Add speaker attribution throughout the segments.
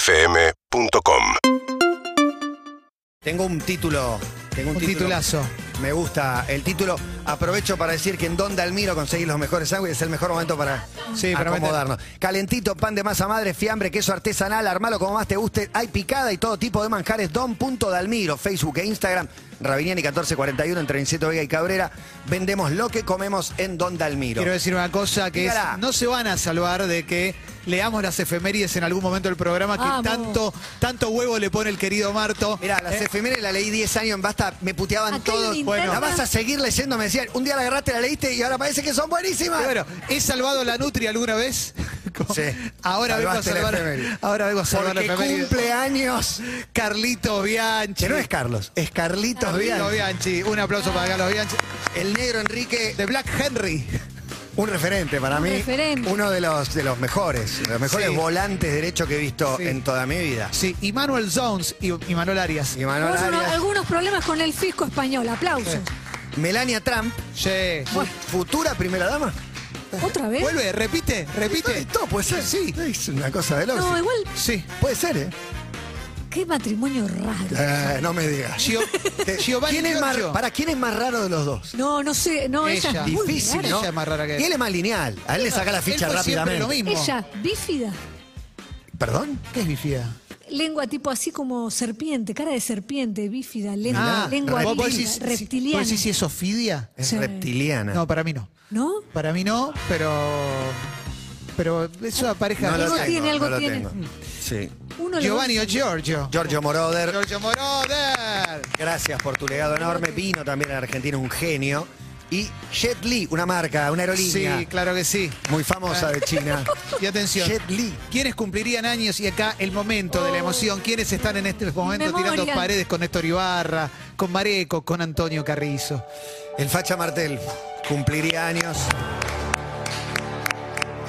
Speaker 1: UrbanaPlayFM.com
Speaker 2: Tengo un título. Tengo un,
Speaker 3: Un
Speaker 2: título.
Speaker 3: titulazo.
Speaker 2: Me gusta el título. Aprovecho para decir que en Don Dalmiro conseguís los mejores sándwiches. Es el mejor momento para
Speaker 3: Sí, para
Speaker 2: acomodarnos. Calentito, pan de masa madre, fiambre, queso artesanal. Armalo como más te guste. Hay picada y todo tipo de manjares. Don.dalmiro. Facebook e Instagram. Rabiniani 1441 entre 27 Vega y Cabrera. Vendemos lo que comemos en Don Dalmiro.
Speaker 3: Quiero decir una cosa que es,
Speaker 2: Dígala.
Speaker 3: no se van a salvar de que leamos las efemérides en algún momento del programa que
Speaker 4: Vamos.
Speaker 3: tanto tanto huevo le pone el querido Marto.
Speaker 2: Mirá, las
Speaker 3: Eh,
Speaker 2: efemérides la leí 10 años en basta, me puteaban
Speaker 4: Acá hay
Speaker 2: todos.
Speaker 4: una
Speaker 2: la
Speaker 4: interna.
Speaker 2: vas a seguir leyendo, me decían, un día la agarraste, la leíste y ahora parece que son buenísimas.
Speaker 3: pero bueno, ¿he salvado la Nutri alguna vez? Como-
Speaker 2: Sí.
Speaker 3: Ahora vengo a
Speaker 2: Salvaste la
Speaker 3: salvar.
Speaker 2: efeméride.
Speaker 3: Ahora vengo a salvar la
Speaker 2: Porque
Speaker 3: efeméride.
Speaker 2: cumple años.
Speaker 3: Carlitos Bianchi.
Speaker 2: Que no es Carlos, es Carlitos
Speaker 3: Carlitos
Speaker 2: Vial.
Speaker 3: Bianchi. Un aplauso para Carlos Bianchi.
Speaker 2: El negro Enrique,
Speaker 3: De Black Henry.
Speaker 2: un referente para
Speaker 4: Un
Speaker 2: mí.
Speaker 4: referente.
Speaker 2: Uno de los, de los mejores, de los mejores
Speaker 3: Sí.
Speaker 2: volantes derecho que he visto
Speaker 3: Sí.
Speaker 2: en toda mi vida.
Speaker 3: Sí, y Manuel Jones y, y Manuel Arias.
Speaker 2: Y Manuel
Speaker 4: Hubo uno-
Speaker 2: Arias.
Speaker 4: algunos problemas con el fisco español. Aplausos.
Speaker 2: Melania Trump,
Speaker 3: Sí.
Speaker 2: fu- futura primera dama.
Speaker 4: ¿Otra vez?
Speaker 3: Vuelve, repite, repite.
Speaker 2: Esto puede ser, sí. Es una cosa de locos.
Speaker 4: No, igual,
Speaker 3: Sí.
Speaker 2: Puede ser, ¿eh?
Speaker 4: qué matrimonio raro.
Speaker 2: Eh, no me digas. Eh,
Speaker 3: Gio- Giovanni
Speaker 2: ¿Quién es más,
Speaker 3: Giorgio.
Speaker 2: ¿Para quién es más raro de los dos?
Speaker 4: No, no sé, no, ella,
Speaker 3: Ella.
Speaker 4: es muy
Speaker 2: Difícil,
Speaker 4: rara.
Speaker 2: ¿no?
Speaker 3: Ella es más rara que él.
Speaker 2: Y él es más lineal. A él le saca la
Speaker 3: Él
Speaker 2: ficha
Speaker 3: fue siempre
Speaker 2: rápidamente.
Speaker 3: lo mismo.
Speaker 4: Ella, bífida,
Speaker 2: ¿Perdón?
Speaker 3: ¿Qué es bifida?
Speaker 4: lengua tipo así como serpiente, cara de serpiente, bífida, lengua,
Speaker 3: Ah,
Speaker 4: lengua
Speaker 3: ¿vos- vos
Speaker 4: bífida,
Speaker 3: decís-
Speaker 4: reptiliana.
Speaker 3: ¿Vos decís si es ofidia?
Speaker 2: Es
Speaker 4: Sí.
Speaker 2: reptiliana.
Speaker 3: No, para mí no.
Speaker 4: ¿No?
Speaker 3: Para mí no, pero. Pero es una pareja.
Speaker 2: No lo
Speaker 4: Algo
Speaker 2: tengo,
Speaker 4: tiene, algo
Speaker 2: no lo
Speaker 4: tiene.
Speaker 2: tengo.
Speaker 3: Mm.
Speaker 2: Sí.
Speaker 4: Uno lo-
Speaker 3: Giovanni o Giorgio.
Speaker 2: Giorgio Moroder,
Speaker 3: Giorgio Moroder.
Speaker 2: gracias por tu legado enorme. Vino también a la Argentina un genio. Y Jet Li, una marca, una aerolínea
Speaker 3: Sí, claro que sí.
Speaker 2: muy famosa de China.
Speaker 3: Y atención.
Speaker 2: Jet Li.
Speaker 3: ¿Quiénes cumplirían años y acá el momento de la emoción? ¿Quiénes están en este momento
Speaker 4: Memoria.
Speaker 3: tirando paredes con Néstor Ibarra, con Mareco, con Antonio Carrizo?
Speaker 2: El Facha Martel cumpliría años.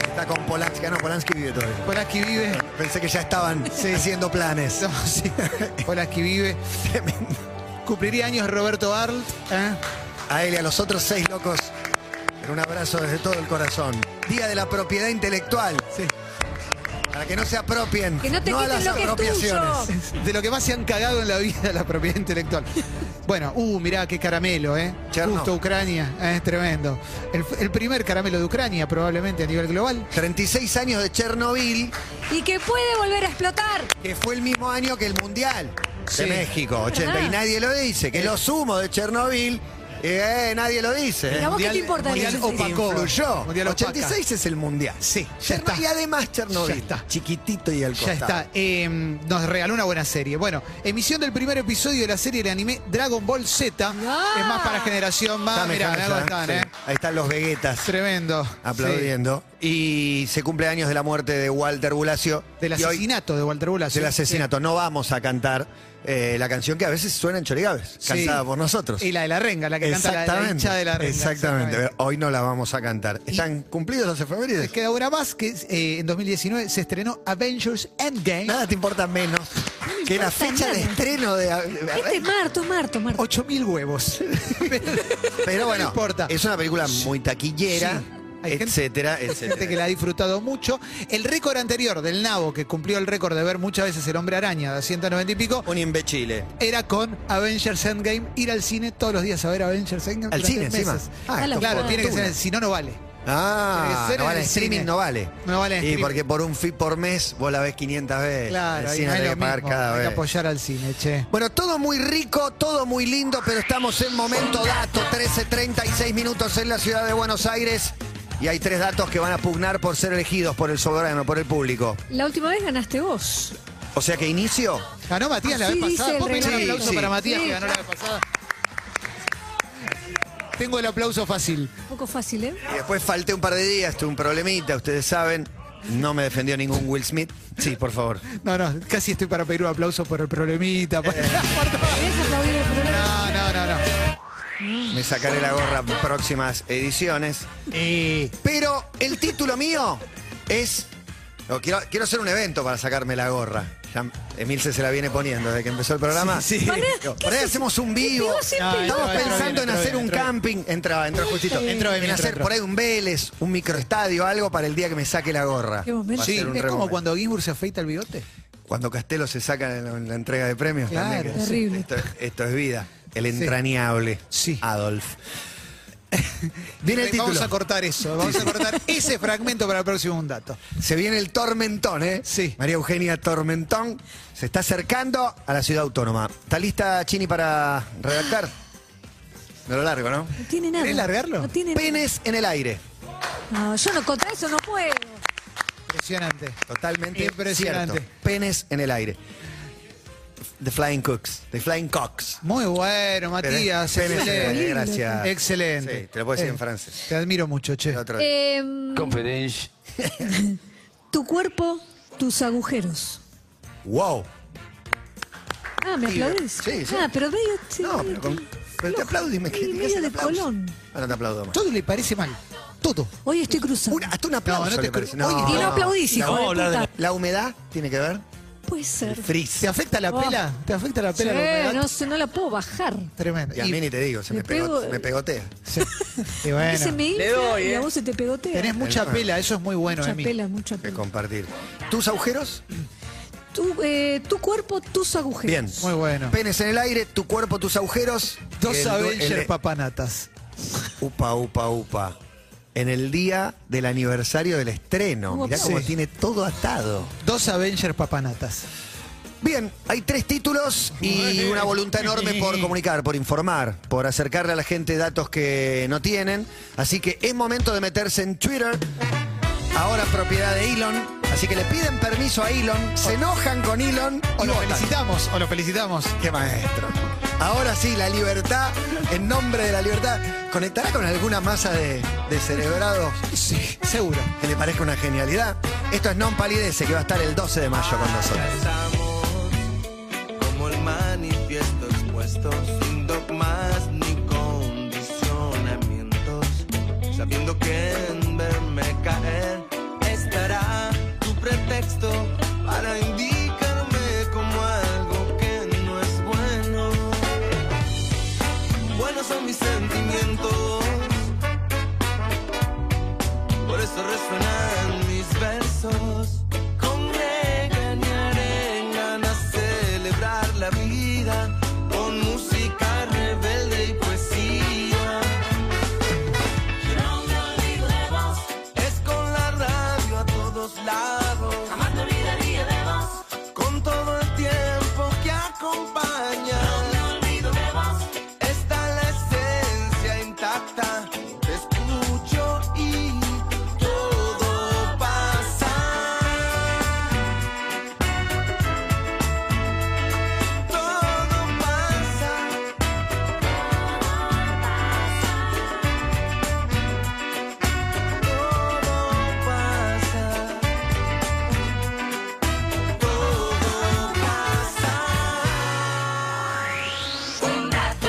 Speaker 2: Está con Polanski. Ah, no, Polanski vive todavía.
Speaker 3: Por aquí vive.
Speaker 2: Pensé que ya estaban haciendo planes.
Speaker 3: No, sí. Hola, que vive. Cumpliría años Roberto Arlt. ¿eh?
Speaker 2: A él y a los otros seis locos, un abrazo desde todo el corazón. Día de la propiedad intelectual.
Speaker 3: Sí.
Speaker 2: Para que no se apropien.
Speaker 4: Que no te
Speaker 2: a
Speaker 4: quiten
Speaker 2: las
Speaker 4: lo que es
Speaker 2: apropiaciones.
Speaker 4: tuyo.
Speaker 3: De lo que más se han cagado en la vida, la propiedad intelectual. Bueno, uh, mirá, qué caramelo, ¿eh?
Speaker 2: Cherno.
Speaker 3: Justo Ucrania, ¿eh? es tremendo. El, el primer caramelo de Ucrania, probablemente a nivel global.
Speaker 2: 36 años de Chernobyl,
Speaker 4: Y que puede volver a explotar.
Speaker 2: que fue el mismo año que el Mundial
Speaker 3: Sí.
Speaker 2: de México, 80.
Speaker 4: Ajá.
Speaker 2: Y nadie lo dice. Que los humos de Chernobyl, eh, nadie lo dice.
Speaker 4: Mira, ¿A vos qué te
Speaker 3: Mundial-
Speaker 4: importa
Speaker 3: Mundial
Speaker 4: el 86?
Speaker 3: opacó.
Speaker 2: Influyó.
Speaker 3: Mundial opaca.
Speaker 2: 86 es el Mundial.
Speaker 3: Sí, ya
Speaker 2: Cherno-
Speaker 3: está.
Speaker 2: Y además Chernobyl.
Speaker 3: Ya está.
Speaker 2: Chiquitito y al
Speaker 3: Ya
Speaker 2: costado.
Speaker 3: está. Eh, nos regaló una buena serie. Bueno, emisión del primer episodio de la serie del anime Dragon Ball Z.
Speaker 4: Mirá.
Speaker 3: Es más para generación más.
Speaker 2: Está
Speaker 3: Ah, Mirá,
Speaker 2: mejor
Speaker 3: mirá
Speaker 2: ya,
Speaker 3: cómo están,
Speaker 2: sí.
Speaker 3: ¿eh?
Speaker 2: Ahí están los Vegetas.
Speaker 3: Tremendo.
Speaker 2: aplaudiendo. Y se cumple años de la muerte de Walter Bulacio.
Speaker 3: Sí. Del
Speaker 2: Y hoy-
Speaker 3: asesinato de Walter Bulacio.
Speaker 2: del asesinato. No vamos a cantar eh, la canción que a veces suena en Chorigaves,
Speaker 3: Sí.
Speaker 2: cantada por nosotros.
Speaker 3: Y la de la renga, la que canta la, la hincha de la renga.
Speaker 2: exactamente. Hoy no la vamos a cantar. ¿Están cumplidos los
Speaker 3: Te
Speaker 2: efemérides?
Speaker 3: queda una más que eh, en 2019 se estrenó Avengers Endgame.
Speaker 2: Nada te importa menos que la
Speaker 4: importa
Speaker 2: fecha
Speaker 4: nada.
Speaker 2: de estreno de... de-
Speaker 4: Este es Marto, es Marto, Marto.
Speaker 3: 8000 huevos.
Speaker 2: Pero bueno,
Speaker 3: no importa.
Speaker 2: es una película muy taquillera,
Speaker 3: Sí. Hay gente-
Speaker 2: etcétera,
Speaker 3: Gente que
Speaker 2: etcétera.
Speaker 3: la ha disfrutado mucho. El récord anterior del Nabo, que cumplió el récord de ver muchas veces el hombre araña de 190 y pico,
Speaker 2: Un imbécile.
Speaker 3: era con Avengers Endgame, ir al cine todos los días a ver Avengers Endgame.
Speaker 2: Al
Speaker 3: durante
Speaker 2: cine
Speaker 3: meses.
Speaker 2: encima.
Speaker 4: Ah,
Speaker 2: esto
Speaker 3: Claro,
Speaker 2: es
Speaker 3: tiene que ser,
Speaker 2: fortuna.
Speaker 3: en- si no, no vale. Tiene
Speaker 2: Ah,
Speaker 3: que ser
Speaker 2: no
Speaker 3: en
Speaker 2: vale,
Speaker 3: el
Speaker 2: streaming
Speaker 3: cine.
Speaker 2: no vale.
Speaker 3: No vale en
Speaker 2: Y
Speaker 3: streaming.
Speaker 2: porque por un fee por mes vos la ves 500 veces.
Speaker 3: Claro,
Speaker 2: El
Speaker 3: ahí
Speaker 2: cine
Speaker 3: no es
Speaker 2: tenés
Speaker 3: lo
Speaker 2: que pagar
Speaker 3: mismo,
Speaker 2: cada
Speaker 3: Hay que
Speaker 2: vez.
Speaker 3: apoyar al cine, che.
Speaker 2: Bueno, todo muy rico, todo muy lindo, pero estamos en momento dato. 13.36 minutos en la ciudad de Buenos Aires. Y hay tres datos que van a pugnar por ser elegidos por el soberano, por el público.
Speaker 4: La última vez ganaste vos.
Speaker 2: O sea que inicio.
Speaker 3: Ganó Matías la
Speaker 4: Así
Speaker 3: vez
Speaker 4: dice
Speaker 3: pasada.
Speaker 4: el
Speaker 3: ¿Puedo pedir un
Speaker 4: reglamento.
Speaker 3: aplauso
Speaker 2: Sí.
Speaker 3: para Matías
Speaker 4: Sí.
Speaker 3: que ganó la vez pasada? Tengo el aplauso fácil.
Speaker 4: Un poco fácil, ¿eh?
Speaker 2: Y después falté un par de días, tuve un problemita, ustedes saben. No me defendió ningún Will Smith. Sí, por favor.
Speaker 3: No, no, casi estoy para pedir un aplauso por el problemita. por-
Speaker 2: Eh.
Speaker 4: ¿Querés aplaudir el programa?
Speaker 3: No, no, no, no.
Speaker 2: Me sacaré la gorra en próximas ediciones.
Speaker 3: Eh,
Speaker 2: Pero el título mío es No, quiero, quiero hacer un evento para sacarme la gorra. Ya Emilce se la viene poniendo desde que empezó el programa.
Speaker 3: Sí, sí.
Speaker 4: Pará,
Speaker 2: Digo,
Speaker 4: ¿qué
Speaker 2: Por ahí
Speaker 4: haces?
Speaker 2: hacemos un vivo.
Speaker 4: Vivo sin
Speaker 3: No,
Speaker 4: pelota.
Speaker 2: Estamos
Speaker 3: entró bien,
Speaker 2: pensando en
Speaker 3: entró
Speaker 2: hacer
Speaker 3: bien,
Speaker 2: un
Speaker 3: entró bien.
Speaker 2: camping. Entra, entra justito.
Speaker 3: Entró bien,
Speaker 2: en
Speaker 3: entró,
Speaker 2: hacer
Speaker 3: entró.
Speaker 2: por ahí un Vélez, un microestadio, algo para el día que me saque la gorra.
Speaker 4: Qué momento.
Speaker 2: Va a
Speaker 3: Sí,
Speaker 2: ser un
Speaker 3: es
Speaker 2: re
Speaker 3: como
Speaker 2: momento.
Speaker 3: cuando Ginsburg se afeita el bigote.
Speaker 2: Cuando Castelo se saca en la, en la entrega de premios.
Speaker 3: Claro.
Speaker 2: también, que-
Speaker 4: Terrible.
Speaker 2: Esto, esto es vida. El entrañable
Speaker 3: Sí.
Speaker 2: Adolf. Viene el
Speaker 3: Vamos
Speaker 2: título.
Speaker 3: a cortar eso, vamos a cortar ese fragmento para el próximo un dato.
Speaker 2: Se viene el tormentón, ¿eh?
Speaker 3: Sí.
Speaker 2: María Eugenia Tormentón se está acercando a la ciudad autónoma. ¿Está lista, Chini, para redactar? Me lo largo, ¿no?
Speaker 4: No tiene nada.
Speaker 3: ¿Querés largarlo?
Speaker 4: No tiene
Speaker 2: Penes en el aire.
Speaker 4: nada. No, yo no contra eso no puedo.
Speaker 3: Impresionante.
Speaker 2: Totalmente
Speaker 3: Impresionante.
Speaker 2: cierto. Penes en el aire. The Flying Cooks. The Flying Cocks.
Speaker 3: Muy bueno, Matías.
Speaker 2: Penes en el aire,
Speaker 3: Excelente.
Speaker 2: gracias.
Speaker 3: Excelente.
Speaker 2: Sí, te lo puedo decir
Speaker 3: Eh,
Speaker 2: en francés.
Speaker 3: Te admiro mucho, che.
Speaker 2: Otro-
Speaker 4: Em,
Speaker 5: Confidence.
Speaker 4: tu cuerpo, tus agujeros.
Speaker 2: Wow.
Speaker 4: Ah, ¿me aplaudís?
Speaker 2: Sí, sí.
Speaker 4: Ah, pero medio... sí,
Speaker 2: No, pero, con- pero te aplaudime.
Speaker 4: Sí, medio de Colón.
Speaker 2: No, te aplaudo más.
Speaker 3: Todo le parece mal. Todo.
Speaker 4: Hoy estoy cruzando.
Speaker 2: Una- hasta un aplauso.
Speaker 3: No, no te
Speaker 2: le parece.
Speaker 3: cru- Oye,
Speaker 4: Y no aplaudís, hijo
Speaker 5: No,
Speaker 4: de
Speaker 5: la de
Speaker 4: puta.
Speaker 5: la-
Speaker 2: La humedad tiene que ver.
Speaker 4: Puede ser.
Speaker 2: Frizz.
Speaker 3: ¿Te afecta la
Speaker 4: Oh.
Speaker 3: pela? ¿Te afecta la pela? la
Speaker 4: Sí,
Speaker 3: humedad?
Speaker 4: no, sé, no la puedo bajar.
Speaker 3: Tremendo.
Speaker 2: Y a mí ni te digo, se
Speaker 4: me
Speaker 2: me, pegó-
Speaker 4: pego-
Speaker 2: me pegotea.
Speaker 3: sí. Y
Speaker 4: Que se
Speaker 3: bueno,
Speaker 4: me
Speaker 5: Le
Speaker 4: infla
Speaker 5: doy,
Speaker 4: y
Speaker 5: eh.
Speaker 4: a vos se te pegotea.
Speaker 3: tenés mucha
Speaker 2: Bueno.
Speaker 3: pela, eso es muy bueno,
Speaker 4: mucha
Speaker 3: Emi.
Speaker 4: pela, mucha
Speaker 2: Que
Speaker 4: pela.
Speaker 2: compartir. ¿Tus agujeros?
Speaker 4: Tu, eh, tu cuerpo, tus agujeros.
Speaker 2: Bien.
Speaker 3: Muy bueno.
Speaker 2: Penes en el aire, tu cuerpo, tus agujeros.
Speaker 3: Dos
Speaker 2: El do-
Speaker 3: Avengers
Speaker 2: el-
Speaker 3: papanatas.
Speaker 2: Upa, upa, upa. En el día del aniversario del estreno.
Speaker 4: Upa.
Speaker 2: Mirá cómo
Speaker 3: Sí.
Speaker 2: tiene todo atado.
Speaker 3: Dos Avengers papanatas.
Speaker 2: Bien, hay tres títulos y una voluntad enorme por comunicar, por informar, por acercarle a la gente datos que no tienen. Así que es momento de meterse en Twitter, ahora propiedad de Elon. Así que le piden permiso a Elon, se enojan con Elon y
Speaker 3: O lo
Speaker 2: votan.
Speaker 3: felicitamos, o lo felicitamos.
Speaker 2: ¡Qué maestro! Ahora sí, la libertad, en nombre de la libertad, conectará con alguna masa de, de cerebrados
Speaker 3: Sí, seguro.
Speaker 2: que le parezca una genialidad. Esto es Non Palidece, que va a estar el 12 de mayo con nosotros.
Speaker 6: Estamos como el manifiesto expuesto, sin dogmas ni condicionamientos, sabiendo que en verme caer estará tu pretexto para indicarme como algo que no es bueno. Buenos son mis sentimientos, por eso resuenan mis versos. Congregan y arengan a celebrar la vida con música rebelde y poesía. Es con la radio a todos lados. Jamás te olvidaría de vos. Con todo el tiempo que acompaña. No me olvido de vos. Está la esencia intacta. Te escucho y todo pasa. Todo pasa. Todo pasa, todo pasa.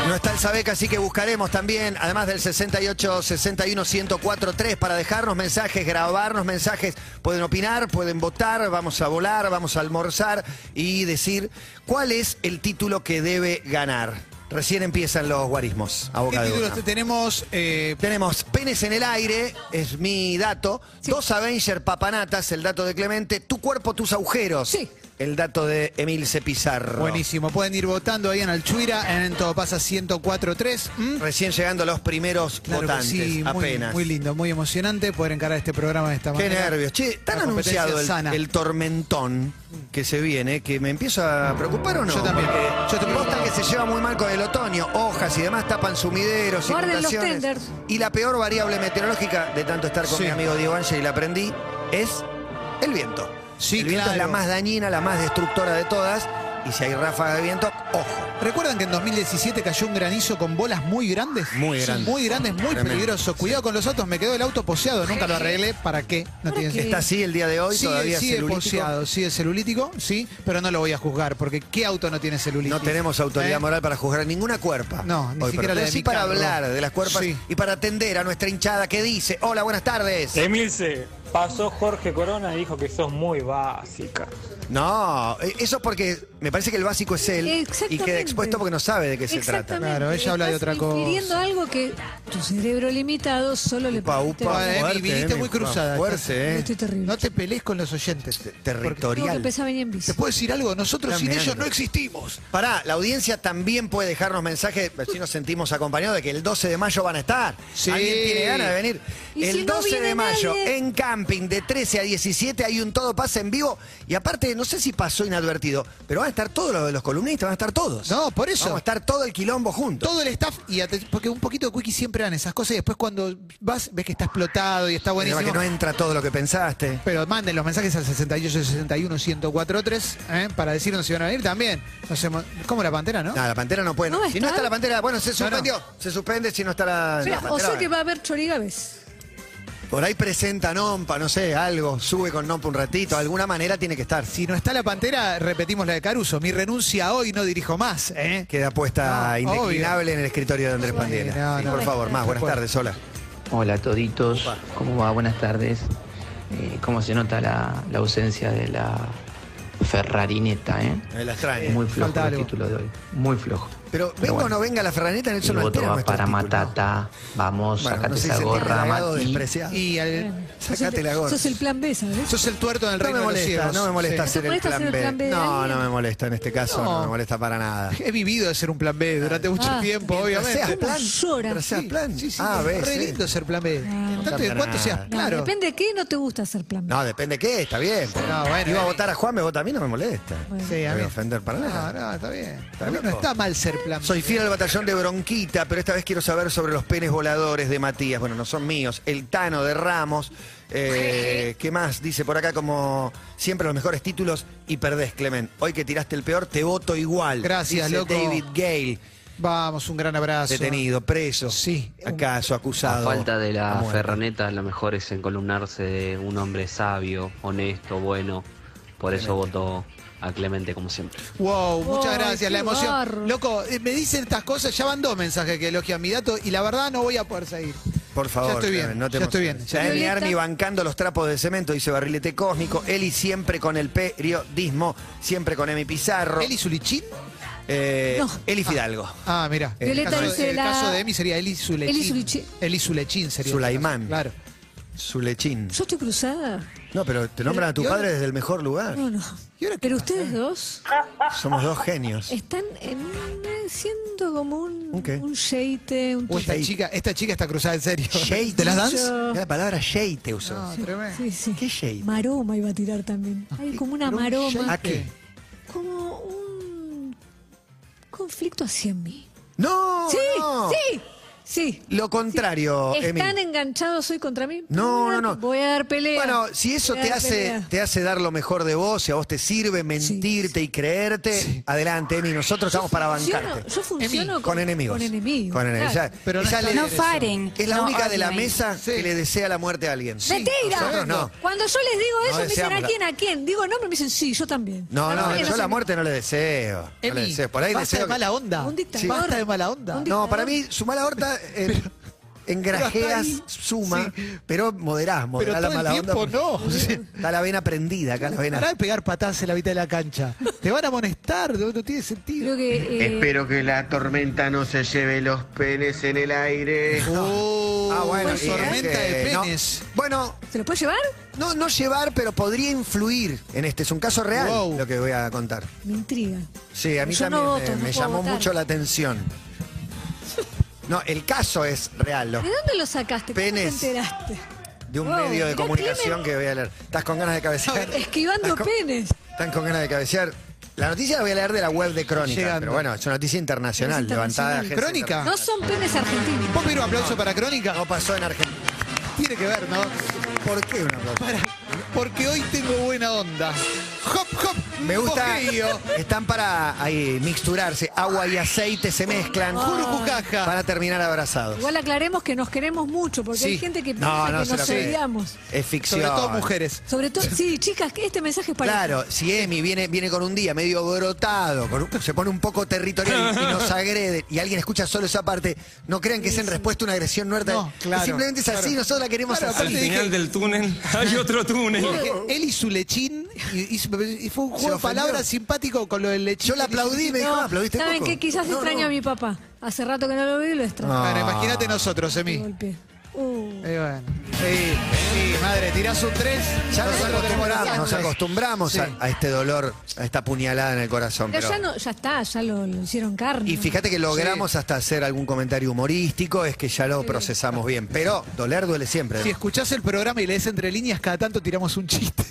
Speaker 2: No está el Sabeca, así que buscaremos también, además del 68 61 104 3, para dejarnos mensajes, grabarnos mensajes. Pueden opinar, pueden votar, vamos a volar, vamos a almorzar y decir cuál es el título que debe ganar. Recién empiezan los guarismos a
Speaker 3: ¿Qué
Speaker 2: boca de
Speaker 3: títulos
Speaker 2: urna.
Speaker 3: te- tenemos? Eh,
Speaker 2: Tenemos penes en el aire, es mi dato. Dos Avenger papanatas, el dato de Clemente. Tu cuerpo, tus agujeros.
Speaker 4: Sí.
Speaker 2: El dato de Emilce Pizarro.
Speaker 3: buenísimo. Pueden ir votando ahí en Alchuira, en Todo Pasa 1043. ¿Mm?
Speaker 2: Recién llegando los primeros
Speaker 3: Claro que
Speaker 2: votantes,
Speaker 3: sí, muy,
Speaker 2: apenas.
Speaker 3: muy lindo, muy emocionante poder encarar este programa de esta
Speaker 2: Qué
Speaker 3: manera.
Speaker 2: nervios. Che, tan
Speaker 3: Una competencia
Speaker 2: anunciado el,
Speaker 3: sana.
Speaker 2: el tormentón que se viene que me empiezo a preocupar o no.
Speaker 3: Yo también.
Speaker 2: Porque
Speaker 3: Yo estoy
Speaker 2: posta
Speaker 3: preocupado.
Speaker 2: que se lleva muy mal con el otoño. Hojas y demás tapan sumideros,
Speaker 4: Guarden los
Speaker 2: inundaciones.
Speaker 4: tenders.
Speaker 2: y la peor variable meteorológica de tanto estar con
Speaker 3: Sí.
Speaker 2: mi amigo Diego Ángel y la aprendí es el viento.
Speaker 3: Sí,
Speaker 2: el viento es la
Speaker 3: claro.
Speaker 2: más dañina, la más destructora de todas. Y si hay ráfaga de viento, ojo.
Speaker 3: ¿Recuerdan que en 2017 cayó un granizo con bolas muy grandes?
Speaker 2: Muy
Speaker 3: Sí,
Speaker 2: grandes.
Speaker 3: Muy grandes, muy
Speaker 2: Tremendo.
Speaker 3: peligroso. Cuidado con los autos, me quedó el auto poseado, nunca lo arreglé. ¿Para qué? No
Speaker 4: ¿Para
Speaker 3: tiene
Speaker 4: qué?
Speaker 3: sentido.
Speaker 2: Está así el día de hoy,
Speaker 3: Sigue,
Speaker 2: todavía
Speaker 3: sigue
Speaker 2: celulítico.
Speaker 3: poseado, sigue celulítico, sí, pero no lo voy a juzgar, porque ¿qué auto no tiene celulítico?
Speaker 2: No tenemos autoridad
Speaker 3: ¿Eh?
Speaker 2: moral para juzgar ninguna cuerpa.
Speaker 3: No, ni
Speaker 2: Hoy,
Speaker 3: siquiera
Speaker 2: pero-
Speaker 3: la
Speaker 2: pero
Speaker 3: de
Speaker 2: sí
Speaker 3: mi
Speaker 2: para
Speaker 3: cargo.
Speaker 2: hablar de las cuerpas
Speaker 3: Sí.
Speaker 2: y para atender a nuestra hinchada que dice, hola, buenas tardes.
Speaker 7: Emilce,
Speaker 5: Pasó Jorge Corona y dijo que sos muy básica.
Speaker 2: No, eh, eso es porque me parece que el básico es él y
Speaker 4: Exactamente.
Speaker 2: queda expuesto porque no sabe de qué se trata.
Speaker 4: Exactamente.
Speaker 3: Claro, ella habla de
Speaker 4: Estás
Speaker 3: otra cosa.
Speaker 4: infiriendo algo que tu cerebro limitado solo le
Speaker 2: Upa,
Speaker 4: permite
Speaker 2: upa,
Speaker 4: ver.
Speaker 3: Emi,
Speaker 2: fuerte,
Speaker 3: eh, viniste
Speaker 2: Emi,
Speaker 3: muy cruzada.
Speaker 2: Fuerte, eh.
Speaker 4: Estoy terrible.
Speaker 3: No te pelees con los oyentes. Porque
Speaker 4: Tengo que
Speaker 2: Territorial.
Speaker 4: empezar a venir en
Speaker 3: Te
Speaker 4: bici.
Speaker 3: puedo decir algo, nosotros
Speaker 2: Estás
Speaker 3: sin
Speaker 2: mirando.
Speaker 3: ellos no existimos.
Speaker 2: Pará, la audiencia también puede dejarnos mensajes, eh, si nos sentimos acompañados, de que el 12 de mayo van a estar.
Speaker 3: Sí.
Speaker 2: ¿Alguien tiene ganas de venir?
Speaker 4: ¿Y
Speaker 2: el
Speaker 4: si no
Speaker 2: 12 de
Speaker 4: viene
Speaker 2: mayo,
Speaker 4: nadie?
Speaker 2: en camping, de 13 a 17, hay un todo pasa en vivo. Y aparte, no sé si pasó inadvertido, pero van a estar todos los, los columnistas, van a estar todos.
Speaker 3: No, por eso.
Speaker 2: Vamos a estar todo el quilombo juntos.
Speaker 3: Todo el staff, y aten- porque un poquito de quickie siempre dan esas cosas y después cuando vas ves que está explotado y está
Speaker 2: El tema
Speaker 3: buenísimo.
Speaker 2: que no entra todo lo que pensaste.
Speaker 3: Pero manden los mensajes al 68 61 1043 ¿eh? para decirnos si van a venir también. Nos hemo- como la pantera, ¿no?
Speaker 2: No, la pantera no puede.
Speaker 4: ¿No va a
Speaker 2: si no
Speaker 4: estar?
Speaker 2: está la pantera, bueno, se
Speaker 3: No, no.
Speaker 2: suspendió. Se suspende si no está la, la
Speaker 4: Espera,
Speaker 2: pantera.
Speaker 4: o sea
Speaker 2: bueno.
Speaker 4: que va a haber chorigabes.
Speaker 2: Por ahí presenta Nompa, no sé, algo. Sube con Nompa un ratito. De alguna manera tiene que estar.
Speaker 3: Si no está la pantera, repetimos la de Caruso. Mi renuncia hoy no dirijo más. ¿eh?
Speaker 2: Queda puesta
Speaker 3: No,
Speaker 2: indeclinable en el escritorio de Andrés Pandiela.
Speaker 3: no,
Speaker 2: Sí,
Speaker 3: no.
Speaker 2: por favor, más. Buenas
Speaker 3: Bueno.
Speaker 2: tardes, hola.
Speaker 7: Hola toditos,
Speaker 2: Opa.
Speaker 7: ¿cómo va? Buenas tardes. Eh, ¿Cómo se nota la, la ausencia de la Ferrarineta, eh?
Speaker 2: Me las traen.
Speaker 7: Muy flojo
Speaker 3: falta
Speaker 7: el
Speaker 3: algo.
Speaker 7: título de hoy, muy flojo.
Speaker 2: Pero venga o no venga la ferraneta, en el
Speaker 7: El
Speaker 2: no
Speaker 7: voto
Speaker 2: entera
Speaker 7: va
Speaker 2: nuestro
Speaker 7: para
Speaker 2: título.
Speaker 7: Matata, vamos,
Speaker 2: Bueno,
Speaker 7: sacate
Speaker 2: no sé si
Speaker 7: esa
Speaker 2: se entiende
Speaker 7: gorra,
Speaker 2: halagado o
Speaker 7: Mati.
Speaker 2: despreciado.
Speaker 3: Y al-
Speaker 4: Bien. Sos
Speaker 2: Sacate
Speaker 4: el-
Speaker 2: la gorra.
Speaker 4: Sos el plan B, ¿sabes?
Speaker 3: sos el tuerto en el
Speaker 2: No
Speaker 3: reino
Speaker 2: me
Speaker 3: de los
Speaker 2: molesta,
Speaker 3: ciegos.
Speaker 2: no me molesta
Speaker 3: Sí.
Speaker 2: hacer el
Speaker 4: molesta
Speaker 2: plan
Speaker 4: hacer el
Speaker 2: B.
Speaker 4: plan B de
Speaker 2: no,
Speaker 4: alguien?
Speaker 2: no me molesta en este caso, no,
Speaker 3: No.
Speaker 2: me molesta para nada.
Speaker 3: He vivido de ser un plan B durante mucho
Speaker 4: Ah.
Speaker 3: tiempo,
Speaker 2: Mientras
Speaker 3: obviamente.
Speaker 2: seas plan,
Speaker 4: llora?
Speaker 2: mientras seas
Speaker 3: Sí,
Speaker 2: plan. Ah,
Speaker 3: sí, sí,
Speaker 2: A, B,
Speaker 3: es re
Speaker 2: C.
Speaker 3: lindo ser plan B.
Speaker 4: No
Speaker 3: Tanto
Speaker 2: cambia
Speaker 3: de cuánto
Speaker 2: nada.
Speaker 3: seas,
Speaker 4: Ah. No,
Speaker 3: claro.
Speaker 4: Depende de qué no te gusta hacer plan B.
Speaker 2: No, depende qué, está bien. porque
Speaker 3: No, bueno,
Speaker 2: Iba a
Speaker 3: eh.
Speaker 2: votar a Juan, me vota a mí, no me molesta.
Speaker 4: Bueno.
Speaker 3: Sí,
Speaker 2: No
Speaker 3: a
Speaker 2: me voy
Speaker 3: mí.
Speaker 2: a ofender para
Speaker 3: No,
Speaker 2: nada.
Speaker 3: no, está bien.
Speaker 2: Está
Speaker 3: A mí
Speaker 2: bien,
Speaker 3: no
Speaker 2: po.
Speaker 3: está mal ser plan B.
Speaker 2: Soy fiel al batallón de Bronquita, pero esta vez quiero saber sobre los penes voladores de Matías. Bueno, no son míos. El Tano de Ramos. Eh, ¿Qué más? Dice por acá como siempre los mejores títulos y perdés, Clement. Hoy que tiraste el peor, te voto igual.
Speaker 3: Gracias,
Speaker 2: Dice
Speaker 3: loco.
Speaker 2: David Gale,
Speaker 3: Vamos, un gran abrazo.
Speaker 2: detenido, preso.
Speaker 3: Sí.
Speaker 2: Acaso,
Speaker 7: A
Speaker 2: acusado.
Speaker 7: falta de
Speaker 2: a
Speaker 7: la
Speaker 2: muerte.
Speaker 7: Ferraneta, lo mejor es encolumnarse de un hombre sabio, honesto, bueno. Por eso voto a Clemente como siempre.
Speaker 3: Wow, muchas
Speaker 4: Ay,
Speaker 3: gracias, la
Speaker 4: qué
Speaker 3: emoción.
Speaker 4: barro.
Speaker 3: Loco, eh, me dicen estas cosas, ya van dos mensajes que elogian mi dato y la verdad no voy a poder seguir.
Speaker 2: Por favor,
Speaker 3: Ya estoy bien,
Speaker 2: Clemen, no te
Speaker 3: ya estoy
Speaker 2: emociones.
Speaker 3: bien,
Speaker 2: Ya
Speaker 4: ya estoy
Speaker 2: Emi
Speaker 4: bien.
Speaker 2: Armi bancando los trapos de cemento, dice Barrilete Cósmico. Eli siempre con el periodismo, siempre con Emi Pizarro.
Speaker 3: ¿Eli Zulichín?
Speaker 2: Eh,
Speaker 4: No.
Speaker 2: Eli Fidalgo.
Speaker 3: Ah, mira. El,
Speaker 4: Violeta
Speaker 3: caso,
Speaker 4: dice
Speaker 3: el
Speaker 4: la-
Speaker 3: caso de Emi sería Eli Zulechín.
Speaker 4: Eli Zulichi-
Speaker 3: Eli Zulechín sería.
Speaker 2: Sulaimán.
Speaker 3: Claro.
Speaker 2: Zulechín.
Speaker 4: Yo estoy cruzada.
Speaker 2: No, pero te nombran a tu
Speaker 3: ¿y ahora?
Speaker 2: padre desde el mejor lugar.
Speaker 4: No, no.
Speaker 3: ¿Y ahora qué
Speaker 4: Pero ustedes dos
Speaker 2: Somos dos genios.
Speaker 4: están en, eh, siendo como un,
Speaker 2: ¿Un qué?
Speaker 4: un sheite, un
Speaker 3: O esta
Speaker 2: Shade.
Speaker 3: chica, esta chica está cruzada en serio.
Speaker 2: Shade.
Speaker 3: ¿Te las dan?
Speaker 4: Yo-
Speaker 2: Mirá La palabra shade te usó.
Speaker 3: No, tremendo.
Speaker 4: Sí, sí.
Speaker 2: ¿Qué Ah, shade?
Speaker 4: Maroma iba a tirar también. Hay como una
Speaker 3: Pero un
Speaker 4: maroma.
Speaker 2: ¿A qué?
Speaker 4: Como un conflicto hacia mí.
Speaker 2: No,
Speaker 4: Sí,
Speaker 2: no.
Speaker 4: sí, sí.
Speaker 2: Lo contrario, Emi.
Speaker 4: Están enganchados hoy contra mí.
Speaker 2: No,
Speaker 4: Voy a-
Speaker 2: no, no.
Speaker 4: Voy a dar pelea.
Speaker 2: Bueno, si eso
Speaker 4: Voy a
Speaker 2: te
Speaker 4: dar
Speaker 2: hace,
Speaker 4: pelea.
Speaker 2: te hace dar lo mejor de vos, si a vos te sirve mentirte y creerte, adelante, Emi. Nosotros estamos para
Speaker 4: Funciono-
Speaker 2: bancarte.
Speaker 4: yo funciono
Speaker 2: con, enemigos.
Speaker 4: Con enemigos.
Speaker 2: Con enemigos.
Speaker 4: claro.
Speaker 2: Ya-
Speaker 3: Pero no
Speaker 2: ella
Speaker 3: está
Speaker 2: le-
Speaker 3: bien
Speaker 8: No faren.
Speaker 2: Es la
Speaker 8: No,
Speaker 2: única de la
Speaker 8: odien.
Speaker 2: mesa que le desea la muerte a alguien.
Speaker 3: Sí.
Speaker 4: ¡Mentira!
Speaker 2: Nosotros no.
Speaker 4: Cuando yo les digo eso, me dicen
Speaker 2: deseamos
Speaker 4: a
Speaker 2: la-
Speaker 4: quién, a quién. Digo no, pero me dicen sí, yo también.
Speaker 2: No, no,
Speaker 4: verdad que
Speaker 2: yo la
Speaker 4: sé.
Speaker 2: muerte no le deseo. No le
Speaker 3: Emi,
Speaker 2: deseo. Por ahí
Speaker 3: basta
Speaker 2: deseo.
Speaker 3: de
Speaker 2: que-
Speaker 3: mala onda.
Speaker 4: Un dictador.
Speaker 3: Basta de mala onda.
Speaker 4: Un
Speaker 2: No, para mí, su mala horta engrajeas, suma, pero moderás,
Speaker 3: Pero
Speaker 2: moderás
Speaker 3: todo
Speaker 2: la mala
Speaker 3: el tiempo
Speaker 2: onda.
Speaker 3: no. O sea,
Speaker 2: Está la vena prendida, acá la
Speaker 3: Pará
Speaker 2: vena.
Speaker 3: de pegar patadas en la mitad de la cancha. Te van a amonestar, no, no tiene sentido.
Speaker 4: Creo que. eh,
Speaker 9: Espero que la tormenta no se lleve los penes en el aire.
Speaker 3: Oh,
Speaker 2: y es
Speaker 3: tormenta de
Speaker 2: Ah, que no.
Speaker 3: penes.
Speaker 2: Bueno,
Speaker 4: ¿Se lo puede llevar?
Speaker 2: no, no llevar, pero podría influir en este. Es un caso real
Speaker 3: Wow.
Speaker 2: lo que voy a contar.
Speaker 4: Me intriga.
Speaker 2: Sí, a mí
Speaker 4: Yo
Speaker 2: también
Speaker 4: no
Speaker 2: eh,
Speaker 4: voto, no
Speaker 2: me
Speaker 4: puedo
Speaker 2: llamó
Speaker 4: votar.
Speaker 2: mucho la atención. No, el caso es real, lo-
Speaker 4: ¿De dónde lo sacaste?
Speaker 2: Penes.
Speaker 4: ¿Cómo te enteraste?
Speaker 2: de un
Speaker 4: Wow,
Speaker 2: medio de
Speaker 4: mirá,
Speaker 2: comunicación
Speaker 4: Clemen.
Speaker 2: que voy a leer. ¿Estás con ganas de cabecear?
Speaker 4: Esquivando
Speaker 2: ¿Estás con-
Speaker 4: penes.
Speaker 2: Están con ganas de cabecear. La noticia la voy a leer de la web de Crónica,
Speaker 3: Llegando.
Speaker 2: pero bueno, es una noticia internacional,
Speaker 4: Es
Speaker 2: levantada de agencia
Speaker 4: internacional.
Speaker 3: Crónica.
Speaker 2: internacional.
Speaker 4: No son penes argentinos.
Speaker 3: ¿Vos pedir un aplauso para Crónica?
Speaker 2: No pasó en Argentina.
Speaker 3: Tiene que ver, ¿no?
Speaker 2: ¿Por qué una cosa?
Speaker 3: Para, porque hoy tengo buena onda. Hop, hop,
Speaker 2: Me gusta.
Speaker 3: Poquillo.
Speaker 2: Están para ahí, mixturarse. Agua y aceite se
Speaker 3: Oh.
Speaker 2: mezclan.
Speaker 3: Jurupucaja.
Speaker 2: Para terminar abrazados.
Speaker 4: Igual aclaremos que nos queremos mucho, porque
Speaker 3: Sí.
Speaker 4: hay gente que
Speaker 2: No,
Speaker 4: piensa
Speaker 2: no
Speaker 4: que
Speaker 2: se
Speaker 4: nos
Speaker 2: lo cree.
Speaker 4: odiamos.
Speaker 2: Es ficción.
Speaker 3: Sobre todo mujeres.
Speaker 4: Sobre todo, sí, chicas, que este mensaje es para.
Speaker 2: Claro, si Emi viene, viene con un día medio brotado, con un- se pone un poco territorial y, y nos agrede, y alguien escucha solo esa parte, no crean que es en respuesta a una agresión nuestra.
Speaker 3: No, claro,
Speaker 2: Simplemente es así,
Speaker 3: claro.
Speaker 2: nosotros la queremos
Speaker 3: Claro,
Speaker 2: así.
Speaker 3: aparte dije-
Speaker 8: del túnel hay otro túnel.
Speaker 3: Él y su lechín, y, y su- y fue un
Speaker 2: Se
Speaker 3: juego
Speaker 2: ofendió.
Speaker 3: de palabras simpático con lo del lechín.
Speaker 2: Yo la aplaudí y me dijo,
Speaker 4: No,
Speaker 2: "Ah, ¿aplaudiste
Speaker 4: ¿Saben
Speaker 2: poco?".
Speaker 4: qué? Quizás
Speaker 2: No,
Speaker 4: extraño
Speaker 2: no.
Speaker 4: a mi papá. Hace rato que no lo veo y lo extraño.
Speaker 3: Bueno, imagínate nosotros,
Speaker 4: Me
Speaker 3: Emi.
Speaker 4: golpeé. Uh.
Speaker 3: Eh, bueno. Sí, sí, madre, tirás un 3.
Speaker 2: Ya nos acostumbramos, nos acostumbramos
Speaker 3: Sí.
Speaker 2: a, a este dolor, a esta puñalada en el corazón.
Speaker 4: Pero
Speaker 2: pero-
Speaker 4: ya, no, ya está, ya lo, lo hicieron carne.
Speaker 2: Y fíjate que logramos hasta hacer algún comentario humorístico, es que ya lo procesamos bien. Pero doler duele siempre.
Speaker 3: Si escuchás el programa y lees entre líneas, cada tanto tiramos un chiste.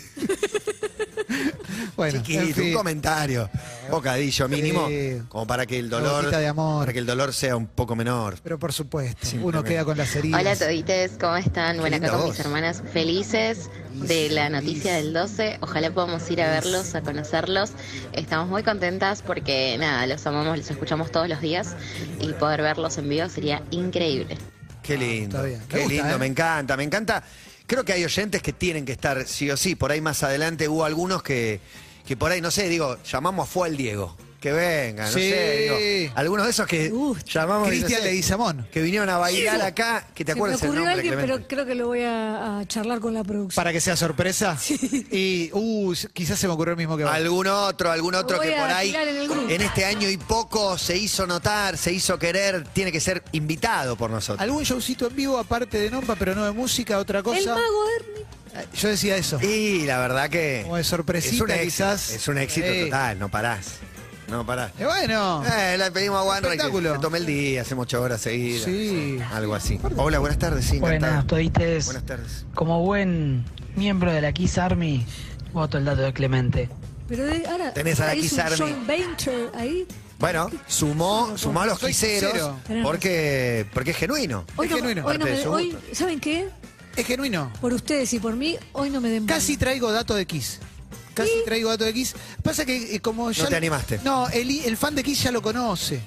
Speaker 3: bueno, en
Speaker 2: Chiquito, un
Speaker 3: fin.
Speaker 2: comentario, bocadillo mínimo,
Speaker 3: Sí.
Speaker 2: como para que el
Speaker 3: Una
Speaker 2: dolor,
Speaker 3: gotita de amor.
Speaker 2: para que el dolor sea un poco menor.
Speaker 3: Pero por supuesto, uno
Speaker 2: Simplemente.
Speaker 3: queda con las heridas.
Speaker 10: Hola todites, ¿cómo están? Bueno, acá
Speaker 2: linda
Speaker 10: con
Speaker 2: voz.
Speaker 10: mis hermanas felices de la noticia del 12. Ojalá podamos ir a verlos, a conocerlos. Estamos muy contentas porque nada, los amamos, los escuchamos todos los días y poder verlos en vivo sería increíble.
Speaker 4: Ah,
Speaker 2: Qué lindo,
Speaker 3: está bien. Me
Speaker 2: qué
Speaker 3: gusta,
Speaker 2: lindo,
Speaker 3: ¿eh?
Speaker 2: me encanta, me encanta. Creo que hay oyentes que tienen que estar sí o sí. Por ahí más adelante hubo algunos que, que por ahí, no sé, digo, llamamos a fue al Diego. Que venga, no
Speaker 3: Sí.
Speaker 2: sé. digo, algunos de esos que
Speaker 4: Uh,
Speaker 2: llamamos. y no
Speaker 3: Cristian
Speaker 2: sé,
Speaker 3: Leguizamón.
Speaker 2: Que vinieron a bailar acá, que te
Speaker 4: Se me
Speaker 2: acuerdas el
Speaker 4: ocurrió
Speaker 2: nombre,
Speaker 4: alguien,
Speaker 2: Clemente.
Speaker 4: pero creo que lo voy a, a charlar con la producción.
Speaker 3: Para que sea sorpresa. Y uh, quizás se me ocurrió el mismo que vos.
Speaker 2: Algún otro, algún otro
Speaker 4: Voy
Speaker 2: que
Speaker 4: a
Speaker 2: por ahí
Speaker 4: tirar en el grupo.
Speaker 2: en este año y poco se hizo notar, se hizo querer, tiene que ser invitado por nosotros.
Speaker 3: Algún showcito en vivo, aparte de Nompa, pero no de música, otra
Speaker 4: El
Speaker 3: cosa.
Speaker 4: mago Ernie.
Speaker 3: Eh, Yo decía eso.
Speaker 2: Y la verdad que
Speaker 3: Como de sorpresita,
Speaker 2: es un éxito,
Speaker 3: quizás.
Speaker 2: Es un éxito
Speaker 3: Sí.
Speaker 2: total, no parás. No parás.
Speaker 3: Eh, bueno.
Speaker 2: Eh, le pedimos a Juan que
Speaker 3: Espectáculo.
Speaker 2: se tome el día, hacemos ocho horas seguidas.
Speaker 3: Sí.
Speaker 2: Algo así. Hola, buenas tardes, sí,
Speaker 6: Buenas,
Speaker 2: encantado.
Speaker 6: todites.
Speaker 2: Buenas tardes.
Speaker 6: Como buen miembro de la Kiss Army, voto el dato de Clemente.
Speaker 4: Pero de- ahora.
Speaker 2: Tenés a
Speaker 4: ahora
Speaker 2: la
Speaker 4: hizo
Speaker 2: Kiss
Speaker 4: un
Speaker 2: Army.
Speaker 4: joint venture ahí.
Speaker 2: Bueno, sumó, sumó a los
Speaker 3: Soy
Speaker 2: quiseros
Speaker 3: sincero.
Speaker 2: porque, porque es genuino.
Speaker 4: Hoy,
Speaker 3: Es
Speaker 4: no,
Speaker 3: genuino.
Speaker 4: hoy no
Speaker 2: Parte de
Speaker 4: me-
Speaker 2: su
Speaker 4: hoy-
Speaker 2: gusto.
Speaker 4: ¿Saben qué?
Speaker 3: Es genuino.
Speaker 4: Por ustedes y por mí, hoy no me den
Speaker 3: Casi
Speaker 4: bola.
Speaker 3: traigo dato de Kiss. Casi traigo dato de Kiss. Pasa que eh, como ya.
Speaker 2: te animaste.
Speaker 3: No, el, el fan de Kiss ya lo conoce.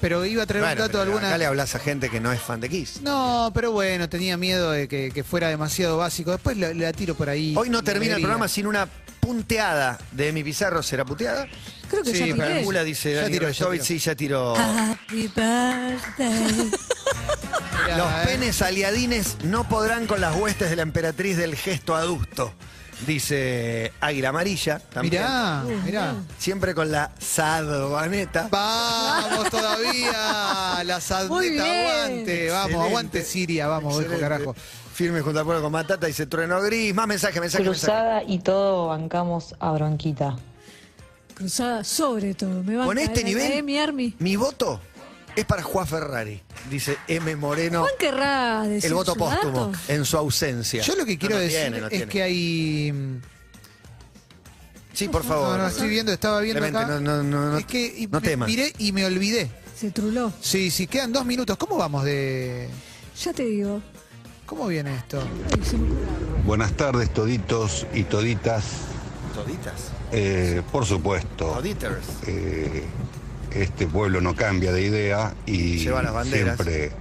Speaker 3: Pero iba a traer
Speaker 2: Bueno,
Speaker 3: un dato
Speaker 2: pero
Speaker 3: de alguna.
Speaker 2: Acá le hablas a gente que no es fan de Kiss.
Speaker 3: No, pero bueno, tenía miedo de que, que fuera demasiado básico. Después la, la tiro por ahí.
Speaker 2: Hoy no
Speaker 3: la
Speaker 2: termina el
Speaker 3: alegría.
Speaker 2: programa sin una punteada de mi pizarro. ¿Será puteada?
Speaker 4: Creo que
Speaker 3: Sí,
Speaker 4: ya
Speaker 3: pero
Speaker 4: tiré.
Speaker 2: Mula dice
Speaker 3: Ya
Speaker 2: Dani
Speaker 3: tiró, ya
Speaker 2: Restovich,
Speaker 3: tiró.
Speaker 2: sí, ya tiró.
Speaker 4: Happy birthday.
Speaker 3: Mirá,
Speaker 2: Los
Speaker 3: eh.
Speaker 2: penes aliadines no podrán con las huestes de la emperatriz del gesto adusto, dice Águila Amarilla. También.
Speaker 3: Mirá, mirá.
Speaker 2: Siempre con la sadbaneta.
Speaker 3: Vamos todavía, la
Speaker 4: Muy bien.
Speaker 3: sandeta aguante, vamos,
Speaker 2: Excelente.
Speaker 3: aguante Siria, vamos, voy con
Speaker 2: Excelente.
Speaker 3: carajo.
Speaker 2: Firme junto al pueblo con Matata, dice Trueno Gris. Más mensaje, mensaje, mensaje.
Speaker 6: Cruzada y todo bancamos a Bronquita.
Speaker 4: Cruzada sobre todo. Me
Speaker 2: Con
Speaker 4: banca,
Speaker 2: este
Speaker 4: eh,
Speaker 2: nivel,
Speaker 4: eh, mi Army.
Speaker 2: mi voto es para Juan Ferrari, dice M. Moreno.
Speaker 4: Juan querrá decir
Speaker 2: El voto
Speaker 4: su
Speaker 2: póstumo
Speaker 4: dato?
Speaker 2: en su ausencia.
Speaker 3: Yo lo que
Speaker 2: No,
Speaker 3: quiero
Speaker 2: no
Speaker 3: decir
Speaker 2: tiene, no
Speaker 3: es
Speaker 2: tiene.
Speaker 3: que hay...
Speaker 2: Sí, por
Speaker 3: No,
Speaker 2: favor.
Speaker 3: no, estoy viendo, estaba viendo
Speaker 2: Clemente, No,
Speaker 3: acá.
Speaker 2: no, no, no-
Speaker 3: es que y-
Speaker 2: no
Speaker 3: me
Speaker 2: temas.
Speaker 3: miré y me olvidé.
Speaker 4: Se truló.
Speaker 3: Sí, sí, quedan dos minutos. ¿Cómo vamos de...?
Speaker 4: Ya te digo.
Speaker 3: ¿Cómo viene esto?
Speaker 4: Ay, se me-
Speaker 8: Buenas tardes, toditos y toditas.
Speaker 2: Toditas.
Speaker 8: Eh, por supuesto,
Speaker 2: Auditors.
Speaker 8: eh, este pueblo no cambia de idea y
Speaker 2: Lleva las banderas.
Speaker 8: siempre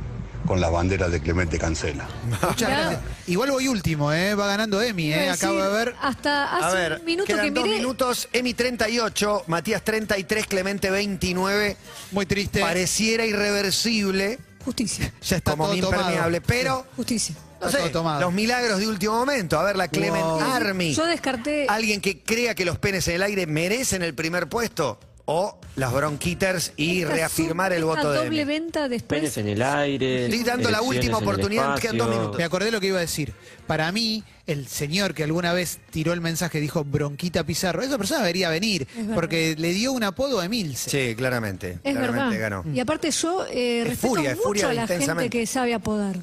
Speaker 8: con las banderas de Clemente Cancela.
Speaker 3: Muchas
Speaker 4: Mirá.
Speaker 3: gracias. Igual voy último, ¿eh? Va ganando Emi,
Speaker 4: Iba
Speaker 3: ¿eh?
Speaker 4: a
Speaker 3: Acabo de
Speaker 4: decir, ah,
Speaker 3: ver...
Speaker 4: Hasta
Speaker 2: A
Speaker 4: hace
Speaker 2: ver,
Speaker 4: un minuto
Speaker 2: quedan
Speaker 4: que
Speaker 2: dos
Speaker 4: miré.
Speaker 2: minutos. Emi 38, Matías 33, Clemente 29.
Speaker 3: Muy triste.
Speaker 2: Pareciera irreversible,
Speaker 4: Justicia.
Speaker 3: Ya está
Speaker 2: como
Speaker 3: todo
Speaker 2: mi
Speaker 3: tomado.
Speaker 2: impermeable, pero
Speaker 4: Justicia.
Speaker 2: no
Speaker 3: Está
Speaker 2: sé,
Speaker 3: todo tomado.
Speaker 2: los milagros de último momento. A ver, la Clement
Speaker 3: Wow.
Speaker 2: Army.
Speaker 4: Yo descarté.
Speaker 2: Alguien que crea que los penes en el aire merecen el primer puesto. O las bronquitters y
Speaker 4: esta
Speaker 2: reafirmar el
Speaker 4: sub- esta
Speaker 2: voto de
Speaker 4: doble
Speaker 2: Emi.
Speaker 4: venta después.
Speaker 7: Penes en el aire.
Speaker 2: Estoy dando la
Speaker 7: elecciones
Speaker 2: última
Speaker 7: en el
Speaker 2: oportunidad,
Speaker 7: espacio.
Speaker 2: quedan dos minutos.
Speaker 3: Me acordé lo que iba a decir. Para mí, el señor que alguna vez tiró el mensaje dijo bronquita Pizarro, esa persona debería venir,
Speaker 4: verdad.
Speaker 3: porque le dio un apodo a Emilce.
Speaker 2: Sí, claramente.
Speaker 4: Es verdad.
Speaker 2: claramente ganó.
Speaker 4: Y aparte yo eh,
Speaker 2: Es
Speaker 4: respeto
Speaker 2: furia, es
Speaker 4: mucho
Speaker 2: furia
Speaker 4: a la gente
Speaker 2: intensamente.
Speaker 4: que sabe apodar.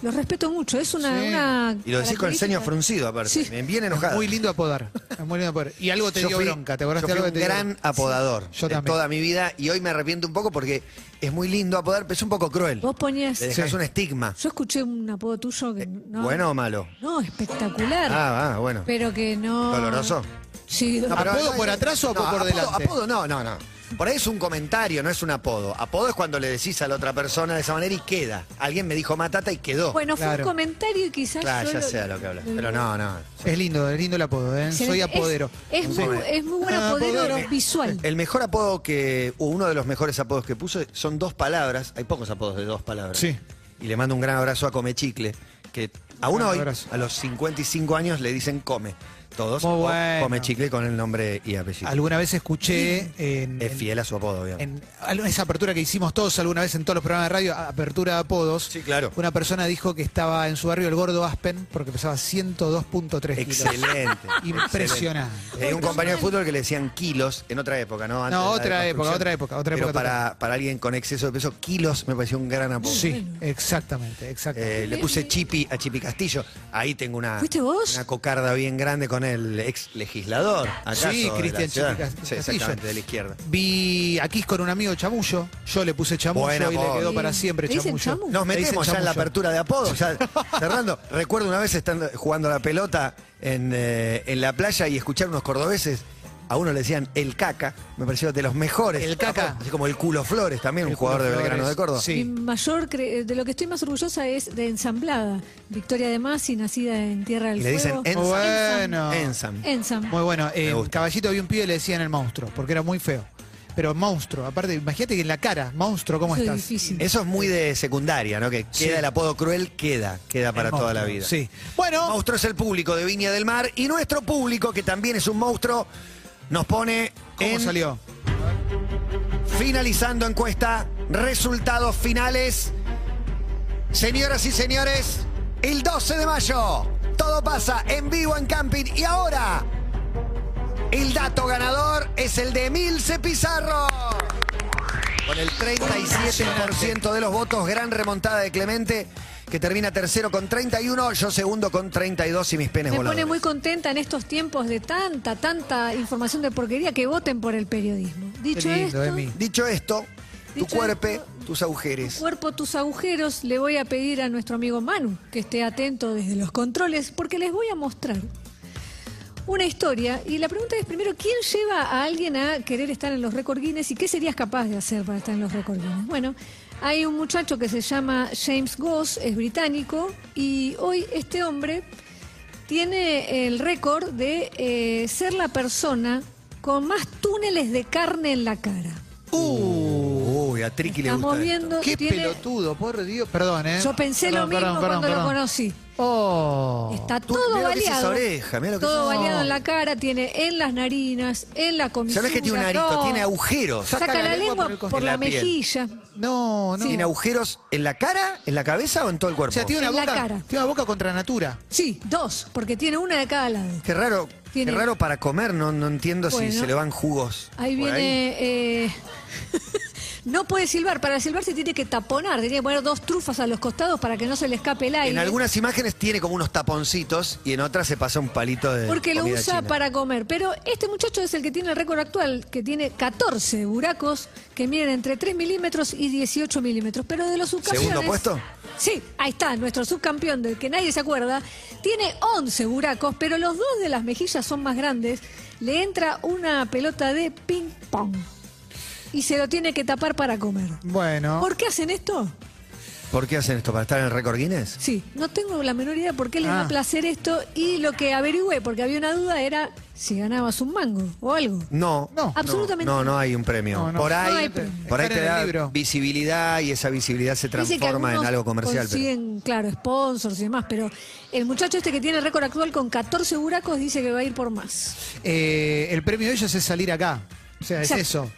Speaker 4: Los respeto mucho. Es una...
Speaker 3: Sí.
Speaker 4: una
Speaker 2: Y lo decís con el ceño
Speaker 4: característica.
Speaker 2: fruncido, aparte.
Speaker 4: Sí.
Speaker 2: Bien
Speaker 3: Es
Speaker 2: enojado.
Speaker 3: muy lindo apodar. es muy lindo apodar. Y algo te
Speaker 2: Yo
Speaker 3: dio
Speaker 2: fui-
Speaker 3: bronca, ¿te acordás
Speaker 2: yo
Speaker 3: de algo
Speaker 2: fui
Speaker 3: que te
Speaker 2: un
Speaker 3: dio
Speaker 2: gran
Speaker 3: bronca?
Speaker 2: apodador
Speaker 3: Yo
Speaker 2: de
Speaker 3: también.
Speaker 2: toda mi vida y hoy me arrepiento un poco porque es muy lindo apodar, pero es un poco cruel.
Speaker 4: Vos ponías...
Speaker 2: Le dejas un estigma.
Speaker 4: Yo escuché un apodo tuyo que... No,
Speaker 2: ¿Bueno o malo?
Speaker 4: No, espectacular.
Speaker 2: Ah, ah, bueno.
Speaker 4: Pero que no...
Speaker 2: ¿Doloroso?
Speaker 4: Sí,
Speaker 2: No, pero
Speaker 3: ¿Apodo
Speaker 2: no,
Speaker 3: por
Speaker 2: es-
Speaker 3: atrás o
Speaker 2: no,
Speaker 3: por
Speaker 2: apodo-
Speaker 3: delante?
Speaker 2: Apodo no, no, no. Por ahí es un comentario, no es un apodo. Apodo es cuando le decís a la otra persona de esa manera y queda. Alguien me dijo matata y quedó.
Speaker 4: bueno, fue
Speaker 3: claro.
Speaker 4: un comentario y quizás
Speaker 2: claro,
Speaker 4: yo
Speaker 2: ya
Speaker 4: lo-
Speaker 2: sé a lo que hablas. Pero no, no.
Speaker 3: Es lindo, es lindo el apodo, ¿eh?
Speaker 4: Se-
Speaker 3: Soy
Speaker 4: es-
Speaker 3: apodero. Ah,
Speaker 4: Es, muy,
Speaker 2: Apodero.
Speaker 4: es muy buen apodero,
Speaker 3: Apodero.
Speaker 4: visual.
Speaker 2: El mejor apodo que, o uno de los mejores apodos que puso son dos palabras. Hay pocos apodos de dos palabras.
Speaker 3: Sí.
Speaker 2: Y le mando un gran abrazo a Comechicle, que aún
Speaker 3: Gran
Speaker 2: hoy,
Speaker 3: abrazo.
Speaker 2: a los 55 años, le dicen come. Todos
Speaker 3: Muy
Speaker 2: o
Speaker 3: bueno.
Speaker 2: come chicle con el nombre y apellido.
Speaker 3: Alguna vez escuché en,
Speaker 2: Es
Speaker 3: en-
Speaker 2: fiel a su apodo, obviamente.
Speaker 3: en al- esa apertura que hicimos todos alguna vez en todos los programas de radio, a- apertura de apodos.
Speaker 2: Sí, claro.
Speaker 3: Una persona dijo que estaba en su barrio el gordo Aspen porque pesaba 102.3 kilos.
Speaker 2: Excelente.
Speaker 3: Impresionante.
Speaker 2: excelente. Hay un compañero de fútbol que le decían kilos en otra época, ¿no? Antes
Speaker 3: No,
Speaker 2: de la
Speaker 3: otra época,
Speaker 2: deconstrucción.
Speaker 3: otra época, otra
Speaker 2: Pero
Speaker 3: época
Speaker 2: para, para alguien con exceso de peso, kilos me pareció un gran apodo.
Speaker 3: Sí, exactamente, exactamente.
Speaker 2: Eh, le puse Chipi a Chipi Castillo. Ahí tengo una,
Speaker 4: ¿Fuiste vos?
Speaker 2: una cocarda bien grande con el ex legislador. ¿acaso,
Speaker 3: Sí,
Speaker 2: de la
Speaker 3: Cristian
Speaker 2: ciudad?
Speaker 3: Chipi Cas-
Speaker 2: Sí, exactamente,
Speaker 3: Castillo.
Speaker 2: de la izquierda.
Speaker 3: Vi aquí con un amigo chamullo, yo le puse chamullo
Speaker 2: Buen
Speaker 3: y le
Speaker 2: apodo.
Speaker 3: quedó
Speaker 2: Sí.
Speaker 3: para siempre
Speaker 4: ¿Le dicen
Speaker 3: chamullo.
Speaker 4: chamu?
Speaker 2: Nos
Speaker 3: Uh, Le dicen
Speaker 2: metemos ya en la
Speaker 3: chamullo.
Speaker 2: apertura de apodos. ya cerrando, recuerdo una vez estando jugando a la pelota en, eh, en la playa y escuchar unos cordobeses. A uno le decían el caca, me pareció de los mejores.
Speaker 3: El Caca.
Speaker 2: Así como el culo Flores también,
Speaker 3: El
Speaker 2: un jugador
Speaker 3: Culo
Speaker 2: de Belgrano de
Speaker 3: Flores,
Speaker 2: Córdoba.
Speaker 3: sí.
Speaker 4: Mi mayor cre- eh, de lo que estoy más orgullosa es de ensamblada. Victoria de Masi, nacida en Tierra del
Speaker 2: Y le dicen
Speaker 4: Fuego.
Speaker 2: Ensam.
Speaker 3: Bueno.
Speaker 2: Ensam.
Speaker 4: Ensam.
Speaker 3: Muy bueno,
Speaker 2: Me
Speaker 3: en
Speaker 2: gusta.
Speaker 3: Caballito había un pibe y le decían el monstruo, porque era muy feo. Pero monstruo, aparte, imagínate que en la cara, monstruo, ¿cómo
Speaker 4: Eso es
Speaker 3: estás?
Speaker 4: difícil.
Speaker 2: Eso es muy de secundaria, ¿no? Que queda
Speaker 3: Sí.
Speaker 2: el apodo cruel, queda, queda para
Speaker 3: El
Speaker 2: toda la
Speaker 3: monstruo,
Speaker 2: vida.
Speaker 3: Sí. Bueno,
Speaker 2: Monstruo es el público de Viña del Mar y nuestro público, que también es un monstruo, nos pone
Speaker 3: ¿cómo
Speaker 2: en
Speaker 3: salió?
Speaker 2: finalizando encuesta, resultados finales. Señoras y señores, el 12 de mayo, todo pasa en vivo en Camping y ahora el dato ganador es el de Emilce Pizarro. Con el 37% de los votos, gran remontada de Clemente, que termina tercero con 31, yo segundo con 32 y mis penes
Speaker 4: Me pone
Speaker 2: voladores.
Speaker 4: muy contenta en estos tiempos de tanta, tanta información de porquería que voten por el periodismo. Dicho
Speaker 3: lindo,
Speaker 4: esto,
Speaker 3: Emi.
Speaker 2: Dicho esto, tu
Speaker 4: Dicho
Speaker 2: cuerpo,
Speaker 4: esto,
Speaker 2: tus agujeres.
Speaker 4: cuerpo tus agujeros, le voy a pedir a nuestro amigo Manu que esté atento desde los controles porque les voy a mostrar una historia y la pregunta es primero, ¿quién lleva a alguien a querer estar en los récord Guinness y qué serías capaz de hacer para estar en los récord Guinness? Bueno, hay un muchacho que se llama James Goss, es británico y hoy este hombre tiene el récord de eh, ser la persona con más túneles de carne en la cara.
Speaker 2: Uy, a Triki le
Speaker 4: Estamos
Speaker 2: gusta. esto.
Speaker 4: viendo
Speaker 3: Qué
Speaker 4: tiene-
Speaker 3: pelotudo, por Dios. Perdón, ¿eh?
Speaker 4: yo pensé
Speaker 3: Perdón,
Speaker 4: lo mismo
Speaker 3: perdón, perdón,
Speaker 4: cuando lo
Speaker 3: perdón.
Speaker 4: conocí.
Speaker 3: Oh.
Speaker 4: Está
Speaker 2: Tú-
Speaker 4: todo
Speaker 2: mirá lo que es esa
Speaker 4: baleado.
Speaker 2: oreja, mirá lo que es
Speaker 4: todo
Speaker 2: esa-
Speaker 4: baleado
Speaker 2: No.
Speaker 4: en la cara, tiene en las narinas, en la comisura.
Speaker 2: ¿Sabés que tiene un arito?
Speaker 4: No.
Speaker 2: Tiene agujeros.
Speaker 4: Saca, la, lengua
Speaker 3: el
Speaker 4: por,
Speaker 3: costado.
Speaker 4: la,
Speaker 2: En la piel.
Speaker 4: mejilla.
Speaker 3: No, no.
Speaker 2: ¿Tiene agujeros en la cara, en la cabeza o en todo el
Speaker 3: O
Speaker 2: cuerpo?
Speaker 3: sea, tiene una
Speaker 4: En la
Speaker 3: boca,
Speaker 4: cara.
Speaker 3: tiene una boca contra natura.
Speaker 4: Sí, dos, porque tiene una de cada lado.
Speaker 2: Qué raro,
Speaker 4: Tiene-
Speaker 2: qué raro para comer, no, no entiendo
Speaker 4: Bueno.
Speaker 2: si se le van jugos.
Speaker 4: Ahí
Speaker 2: por
Speaker 4: viene. eh, no puede silbar. Para silbar se tiene que taponar. Tiene que poner dos trufas a los costados para que no se le escape el aire.
Speaker 2: En algunas imágenes tiene como unos taponcitos y en otras se pasa un palito de.
Speaker 4: Porque lo
Speaker 2: Eh, comida
Speaker 4: usa
Speaker 2: china.
Speaker 4: para comer. Pero este muchacho es el que tiene el récord actual, que tiene 14 buracos que miden entre 3 milímetros y 18 milímetros. Pero de los subcampeones.
Speaker 2: ¿Segundo puesto?
Speaker 4: Sí, ahí está, nuestro subcampeón del que nadie se acuerda. Tiene 11 buracos, pero los dos de las mejillas son más grandes. Le entra una pelota de ping-pong. Y se lo tiene que tapar para comer.
Speaker 3: Bueno.
Speaker 4: ¿Por qué hacen esto?
Speaker 2: ¿Por qué hacen esto? ¿Para estar en el récord Guinness?
Speaker 4: Sí, no tengo la menor idea por qué les
Speaker 3: Ah.
Speaker 4: da placer esto y lo que averigüé, porque había una duda, era si ganabas un mango o algo.
Speaker 2: No.
Speaker 3: No.
Speaker 4: Absolutamente.
Speaker 2: No, no hay un premio.
Speaker 3: No, no.
Speaker 2: Por
Speaker 4: No hay
Speaker 2: ahí,
Speaker 4: premio.
Speaker 2: por ahí
Speaker 3: Estar
Speaker 2: te
Speaker 3: en el
Speaker 2: da
Speaker 3: libro.
Speaker 2: visibilidad y esa visibilidad se
Speaker 4: Dicen que
Speaker 2: transforma en
Speaker 4: algunos
Speaker 2: algo comercial. pero-
Speaker 4: Consiguen, claro, sponsors y demás, pero el muchacho este que tiene el récord actual con 14 buracos dice que va a ir por más.
Speaker 3: Eh, el premio de ellos es salir acá. O sea, es
Speaker 4: Ya.
Speaker 3: eso.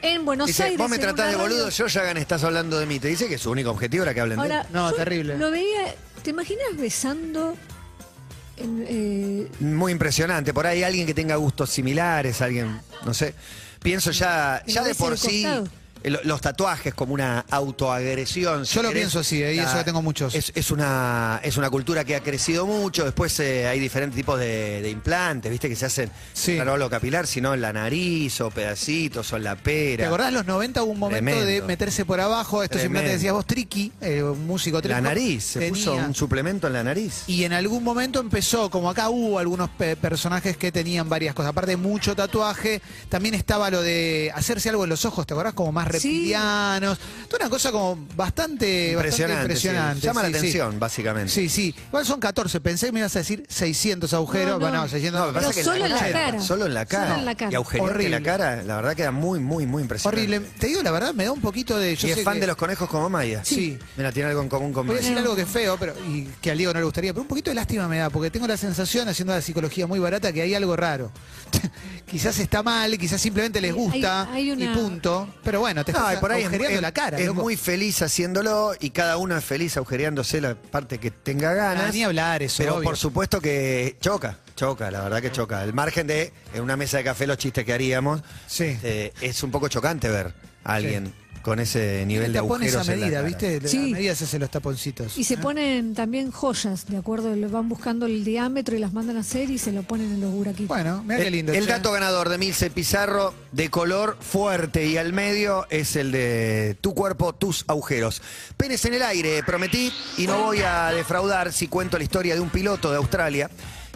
Speaker 4: En Buenos
Speaker 2: Dice,
Speaker 4: Aires.
Speaker 2: vos me
Speaker 4: en
Speaker 2: tratás
Speaker 4: una
Speaker 2: de
Speaker 4: radio-
Speaker 2: boludo, yo ya gané, estás hablando de mí. Te dice que su único objetivo era que hablen de él.
Speaker 4: Ahora,
Speaker 3: No,
Speaker 4: yo
Speaker 3: terrible.
Speaker 4: Lo veía, ¿te imaginas besando en, eh,
Speaker 2: Muy impresionante. Por ahí alguien que tenga gustos similares, alguien, no sé. Pienso ya,
Speaker 4: Que
Speaker 2: ya
Speaker 4: lo
Speaker 2: de
Speaker 4: ves
Speaker 2: por
Speaker 4: en el
Speaker 2: sí,
Speaker 4: costado.
Speaker 2: el- los tatuajes como una autoagresión. si
Speaker 3: Yo lo
Speaker 2: querés.
Speaker 3: pienso así, eh, y eso que tengo muchos.
Speaker 2: Es, es una, es una cultura que ha crecido mucho. Después eh, hay diferentes tipos de, de implantes, ¿viste? Que se hacen
Speaker 3: Sí.
Speaker 2: claro, no lo capilar, sino en la nariz o pedacitos o en la pera.
Speaker 3: ¿Te acordás? Los 90 hubo un momento de
Speaker 2: Tremendo.
Speaker 3: meterse por abajo. Esto siempre te
Speaker 2: Tremendo.
Speaker 3: decías vos, triqui, eh, un músico triqui.
Speaker 2: La nariz, se
Speaker 3: Tenía-
Speaker 2: puso un suplemento en la nariz.
Speaker 3: Y en algún momento empezó, como acá hubo algunos pe- personajes que tenían varias cosas. Aparte, mucho tatuaje. También estaba lo de hacerse algo en los ojos, ¿te acordás? Como más
Speaker 4: Sí.
Speaker 3: reptilianos. Toda una cosa como bastante
Speaker 2: Impresionante.
Speaker 3: bastante
Speaker 2: sí.
Speaker 3: impresionante.
Speaker 2: Llama
Speaker 3: sí,
Speaker 2: la
Speaker 3: sí.
Speaker 2: atención, básicamente.
Speaker 3: Sí, sí. Igual son 14. Pensé que me ibas a decir 600 agujeros.
Speaker 4: No,
Speaker 3: Bueno,
Speaker 4: no.
Speaker 3: no, 600
Speaker 2: No, lo que pasa
Speaker 4: Pero
Speaker 2: es que
Speaker 4: solo en la cara.
Speaker 2: Solo en la
Speaker 4: Solo
Speaker 2: cara.
Speaker 4: en la cara.
Speaker 2: Y agujeros en la
Speaker 3: Horrible.
Speaker 2: cara, la verdad queda muy, muy, muy impresionante.
Speaker 3: Horrible. Te digo la verdad, me da un poquito de. yo
Speaker 2: y es
Speaker 3: sé
Speaker 2: fan
Speaker 3: que-
Speaker 2: de los conejos como Maya.
Speaker 3: Sí.
Speaker 2: Mira, tiene algo en común con
Speaker 3: Voy a
Speaker 2: Maya.
Speaker 3: decir algo que es feo, pero, y que al Diego no le gustaría, pero un poquito de lástima me da, porque tengo la sensación, haciendo la psicología muy barata, que hay algo raro. quizás está mal, quizás simplemente les
Speaker 4: Hay-
Speaker 3: gusta
Speaker 4: hay- hay una-
Speaker 3: y punto. Pero bueno, te
Speaker 2: No,
Speaker 3: estás
Speaker 2: y por ahí es,
Speaker 3: agujereando
Speaker 2: es-
Speaker 3: la cara.
Speaker 2: es
Speaker 3: loco.
Speaker 2: muy feliz haciéndolo y cada uno es feliz agujereándose la parte que tenga ganas.
Speaker 3: Ah, ni hablar eso.
Speaker 2: Pero
Speaker 3: obvio.
Speaker 2: por supuesto que choca, choca, la verdad que choca. El margen de en una mesa de café los chistes que haríamos,
Speaker 3: Sí.
Speaker 2: eh, es un poco chocante ver a alguien con ese nivel de
Speaker 3: tapones
Speaker 2: agujeros.
Speaker 3: a
Speaker 2: en la
Speaker 3: medida,
Speaker 2: cara.
Speaker 3: ¿viste? La-
Speaker 4: Sí.
Speaker 3: A medida se hacen los taponcitos.
Speaker 4: Y se
Speaker 2: Ah.
Speaker 4: ponen también joyas, de acuerdo, lo van buscando el diámetro y las mandan a hacer y se lo ponen en los buraquitos.
Speaker 3: Bueno, mira qué
Speaker 2: El,
Speaker 3: lindo.
Speaker 2: Eh, el
Speaker 3: che.
Speaker 2: dato ganador de Milce Pizarro de color fuerte y al medio es el de tu cuerpo, tus agujeros. Penes en el aire, prometí y no voy a defraudar si cuento la historia de un piloto de Australia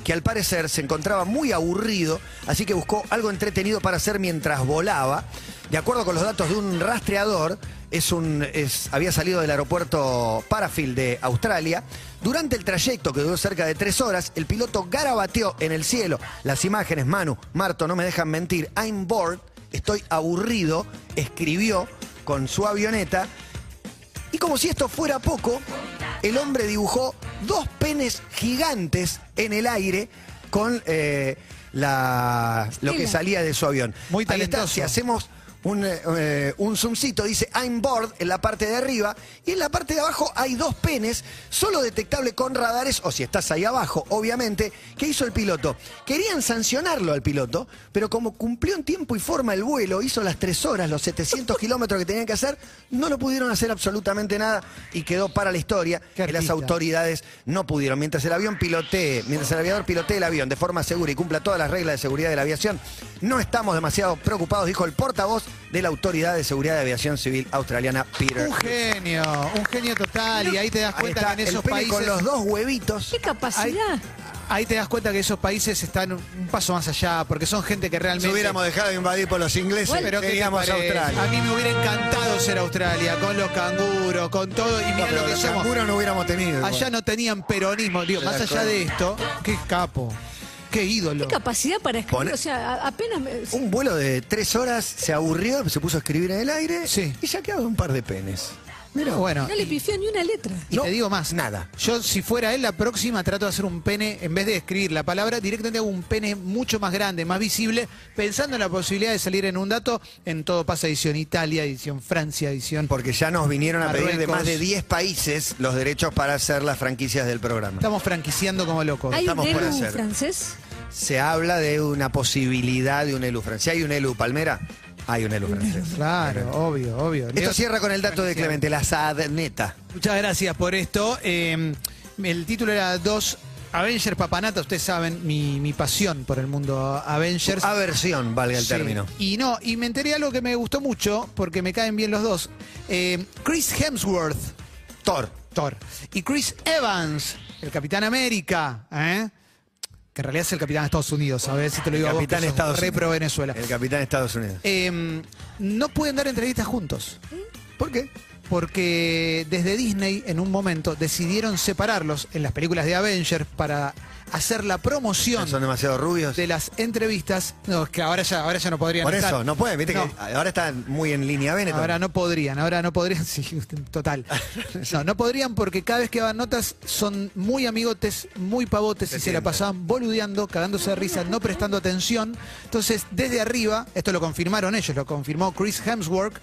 Speaker 2: que al parecer se encontraba muy aburrido, así que buscó algo entretenido para hacer mientras volaba. De acuerdo con los datos de un rastreador, es un, es- había salido del aeropuerto Parafield de Australia. Durante el trayecto, que duró cerca de tres horas, el piloto garabateó en el cielo. Las imágenes, Manu, Marto, no me dejan mentir. I'm bored, estoy aburrido, escribió con su avioneta. Y como si esto fuera poco, el hombre dibujó dos penes gigantes en el aire con eh, la, lo que
Speaker 4: Estela.
Speaker 2: salía de su avión.
Speaker 3: Muy
Speaker 2: Ahí está,
Speaker 3: talentoso.
Speaker 2: si hacemos un, eh, eh, un zoomcito, dice I'm bored en la parte de arriba y en la parte de abajo hay dos penes, solo detectable con radares, o si estás ahí abajo, obviamente. ¿Qué hizo el piloto? Querían sancionarlo al piloto, pero como cumplió en tiempo y forma el vuelo, hizo las tres horas, los 700 kilómetros que tenían que hacer, no lo pudieron hacer absolutamente nada y quedó para la historia
Speaker 3: Qué
Speaker 2: que las
Speaker 3: artista.
Speaker 2: autoridades no pudieron. Mientras el avión pilotee, mientras el aviador pilotee el avión de forma segura y cumpla todas las reglas de seguridad de la aviación, no estamos demasiado preocupados, dijo el portavoz de la Autoridad de Seguridad de Aviación Civil Australiana, Peter.
Speaker 3: Un genio, un genio total. Y ahí te das
Speaker 2: Ahí
Speaker 3: cuenta
Speaker 2: está,
Speaker 3: que en
Speaker 2: el
Speaker 3: esos
Speaker 2: pene
Speaker 3: países.
Speaker 2: con los dos huevitos.
Speaker 4: ¡Qué
Speaker 3: Ahí,
Speaker 4: capacidad!
Speaker 3: ahí te das cuenta que esos países están un paso más allá, porque son gente que realmente.
Speaker 2: Si hubiéramos dejado de invadir por los ingleses,
Speaker 3: Pero ¿qué te
Speaker 2: teníamos
Speaker 3: parece?
Speaker 2: Australia.
Speaker 3: A mí me hubiera encantado ser Australia, con los canguros, con todo. Y
Speaker 2: No,
Speaker 3: mira
Speaker 2: pero
Speaker 3: lo que
Speaker 2: los
Speaker 3: somos.
Speaker 2: canguros no hubiéramos tenido.
Speaker 3: Allá
Speaker 2: igual.
Speaker 3: no tenían peronismo. Digo,
Speaker 2: Te
Speaker 3: más
Speaker 2: das
Speaker 3: allá de
Speaker 2: cuenta.
Speaker 3: esto, qué capo, qué ídolo.
Speaker 4: ¡Qué capacidad para escribir!
Speaker 2: Pone-
Speaker 4: O sea, a- apenas... me-
Speaker 2: Un vuelo de tres horas se aburrió, se puso a escribir en el aire
Speaker 3: Sí.
Speaker 2: y ya quedó un par de penes.
Speaker 3: Mira, bueno.
Speaker 4: No le pifió ni una letra.
Speaker 3: Y
Speaker 2: No,
Speaker 3: te digo más.
Speaker 2: nada.
Speaker 3: Yo, si fuera él, la próxima trato de hacer un pene, en vez de escribir la palabra, directamente hago un pene mucho más grande, más visible, pensando en la posibilidad de salir en un dato en todo pasa edición Italia, edición Francia, edición.
Speaker 2: Porque ya nos vinieron a pedir de
Speaker 3: Marruecos.
Speaker 2: más de 10 países los derechos para hacer las franquicias del programa.
Speaker 3: Estamos franquiciando como locos.
Speaker 4: ¿Hay un
Speaker 2: estamos por
Speaker 4: DELU
Speaker 2: hacer.
Speaker 4: francés?
Speaker 2: Se habla de una posibilidad de un ELU francés. Si hay un ELU Palmera, hay un ELU francés.
Speaker 3: Claro, obvio, obvio.
Speaker 2: Esto
Speaker 3: Dios-
Speaker 2: cierra con el dato de Clemente, la sadneta.
Speaker 3: Muchas gracias por esto. Eh, el título era Dos Avengers Papanata. Ustedes saben mi, mi pasión por el mundo Avengers.
Speaker 2: Aversión, valga el
Speaker 3: Sí.
Speaker 2: término.
Speaker 3: Y no, y me enteré de algo que me gustó mucho, porque me caen bien los dos. Eh, Chris Hemsworth,
Speaker 2: Thor.
Speaker 3: Thor, y Chris Evans, el Capitán América, ¿eh? que en realidad es el Capitán de Estados Unidos, a ver si te lo digo a vos,
Speaker 2: Capitán
Speaker 3: que sos
Speaker 2: Estados
Speaker 3: re
Speaker 2: Unidos.
Speaker 3: pro Venezuela.
Speaker 2: El capitán de Estados Unidos.
Speaker 3: Eh, no pueden dar entrevistas juntos.
Speaker 2: ¿Por qué?
Speaker 3: Porque desde Disney en un momento decidieron separarlos en las películas de Avengers para hacer la promoción
Speaker 2: Son demasiado rubios.
Speaker 3: de las entrevistas. No, es que ahora ya, ahora ya no podrían
Speaker 2: Por
Speaker 3: estar.
Speaker 2: eso, no pueden, viste
Speaker 3: No.
Speaker 2: que ahora están muy en línea Benetton.
Speaker 3: Ahora no podrían, ahora no podrían, sí, total. No, no podrían porque cada vez que van notas son muy amigotes, muy pavotes
Speaker 2: Se
Speaker 3: y se la
Speaker 2: sientan.
Speaker 3: pasaban boludeando, cagándose de risa, no prestando atención. Entonces, desde arriba, esto lo confirmaron ellos, lo confirmó Chris Hemsworth,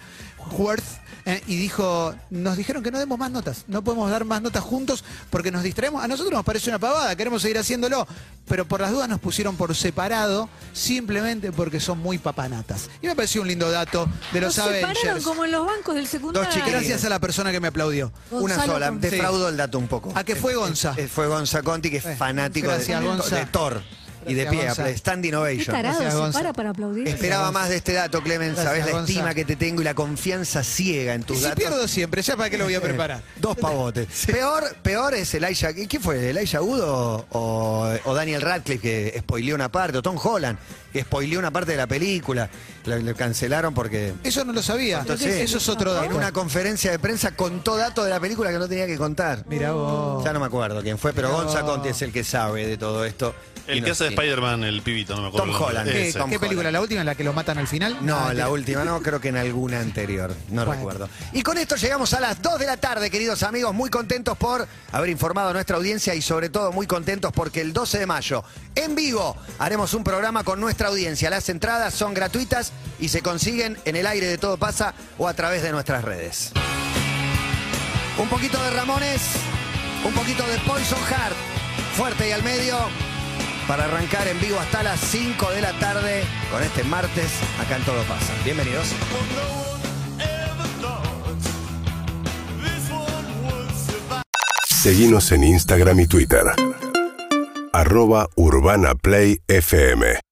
Speaker 3: Worth, eh, y dijo, pero nos dijeron que no demos más notas. No podemos dar más notas juntos porque nos distraemos. A nosotros nos parece una pavada, queremos seguir haciéndolo. Pero por las dudas nos pusieron por separado simplemente porque son muy papanatas. Y me pareció un lindo dato de los
Speaker 4: Nos separaron
Speaker 3: Avengers.
Speaker 4: como en los bancos del secundario.
Speaker 2: Dos chiquilines.
Speaker 3: Gracias a la persona que me aplaudió.
Speaker 2: Una
Speaker 4: Gonzalo
Speaker 2: sola,
Speaker 4: Conti.
Speaker 2: defraudó el dato un poco.
Speaker 3: ¿A qué fue Gonza?
Speaker 2: Eh, Fue Gonza Conti, que es
Speaker 3: Eh,
Speaker 2: fanático de-
Speaker 3: gracias,
Speaker 2: de,
Speaker 3: Gonza.
Speaker 2: de Thor y de
Speaker 3: Gracias,
Speaker 2: pie,
Speaker 3: Gonza.
Speaker 2: de Standing
Speaker 4: Qué
Speaker 2: Ovation.
Speaker 4: tarado,
Speaker 3: Gracias,
Speaker 4: se
Speaker 3: Gonza.
Speaker 4: para para aplaudir.
Speaker 2: Esperaba más de este dato, Clemen.
Speaker 3: Gracias,
Speaker 2: Sabes la
Speaker 3: Gonza.
Speaker 2: estima que te tengo y la confianza ciega en
Speaker 3: Y
Speaker 2: tus
Speaker 3: si
Speaker 2: datos. Eh,
Speaker 3: pierdo siempre, ya para qué lo voy a preparar.
Speaker 2: Dos pavotes. Peor, peor es Elijah. ¿Qué fue? ¿Elijah Wood o, o- o Daniel Radcliffe que spoileó una parte? O Tom Holland que spoileó una parte de la película. Lo, lo cancelaron porque.
Speaker 3: Eso no lo sabía.
Speaker 2: Entonces,
Speaker 3: eso es otro dato.
Speaker 2: En una conferencia de prensa contó datos de la película que no tenía que contar.
Speaker 3: Mirá vos.
Speaker 2: Ya no me acuerdo quién fue, pero
Speaker 3: No.
Speaker 2: Gonza Conti es el que sabe de todo esto. Y
Speaker 11: El
Speaker 2: no-
Speaker 11: que hace de Spider-Man, el pibito, no me acuerdo.
Speaker 2: Tom
Speaker 11: el nombre.
Speaker 2: Holland.
Speaker 3: ¿Qué,
Speaker 11: Ese.
Speaker 2: Tom
Speaker 3: qué película?
Speaker 2: Holland.
Speaker 3: ¿La última en la que lo matan al final?
Speaker 2: No,
Speaker 3: Ah,
Speaker 2: la
Speaker 3: que-
Speaker 2: última no, creo que en alguna anterior, no
Speaker 3: Bueno.
Speaker 2: recuerdo. Y con esto llegamos a las 2 de la tarde, queridos amigos, muy contentos por haber informado a nuestra audiencia y sobre todo muy contentos porque el 12 de mayo, en vivo, haremos un programa con nuestra audiencia. Las entradas son gratuitas y se consiguen en el aire de Todo Pasa o a través de nuestras redes. Un poquito de Ramones, un poquito de Poison Heart, fuerte y al medio, para arrancar en vivo hasta las 5 de la tarde con este martes acá en Todo Pasa. Bienvenidos.
Speaker 1: Seguimos en Instagram y Twitter. Arroba Urbana Play FM.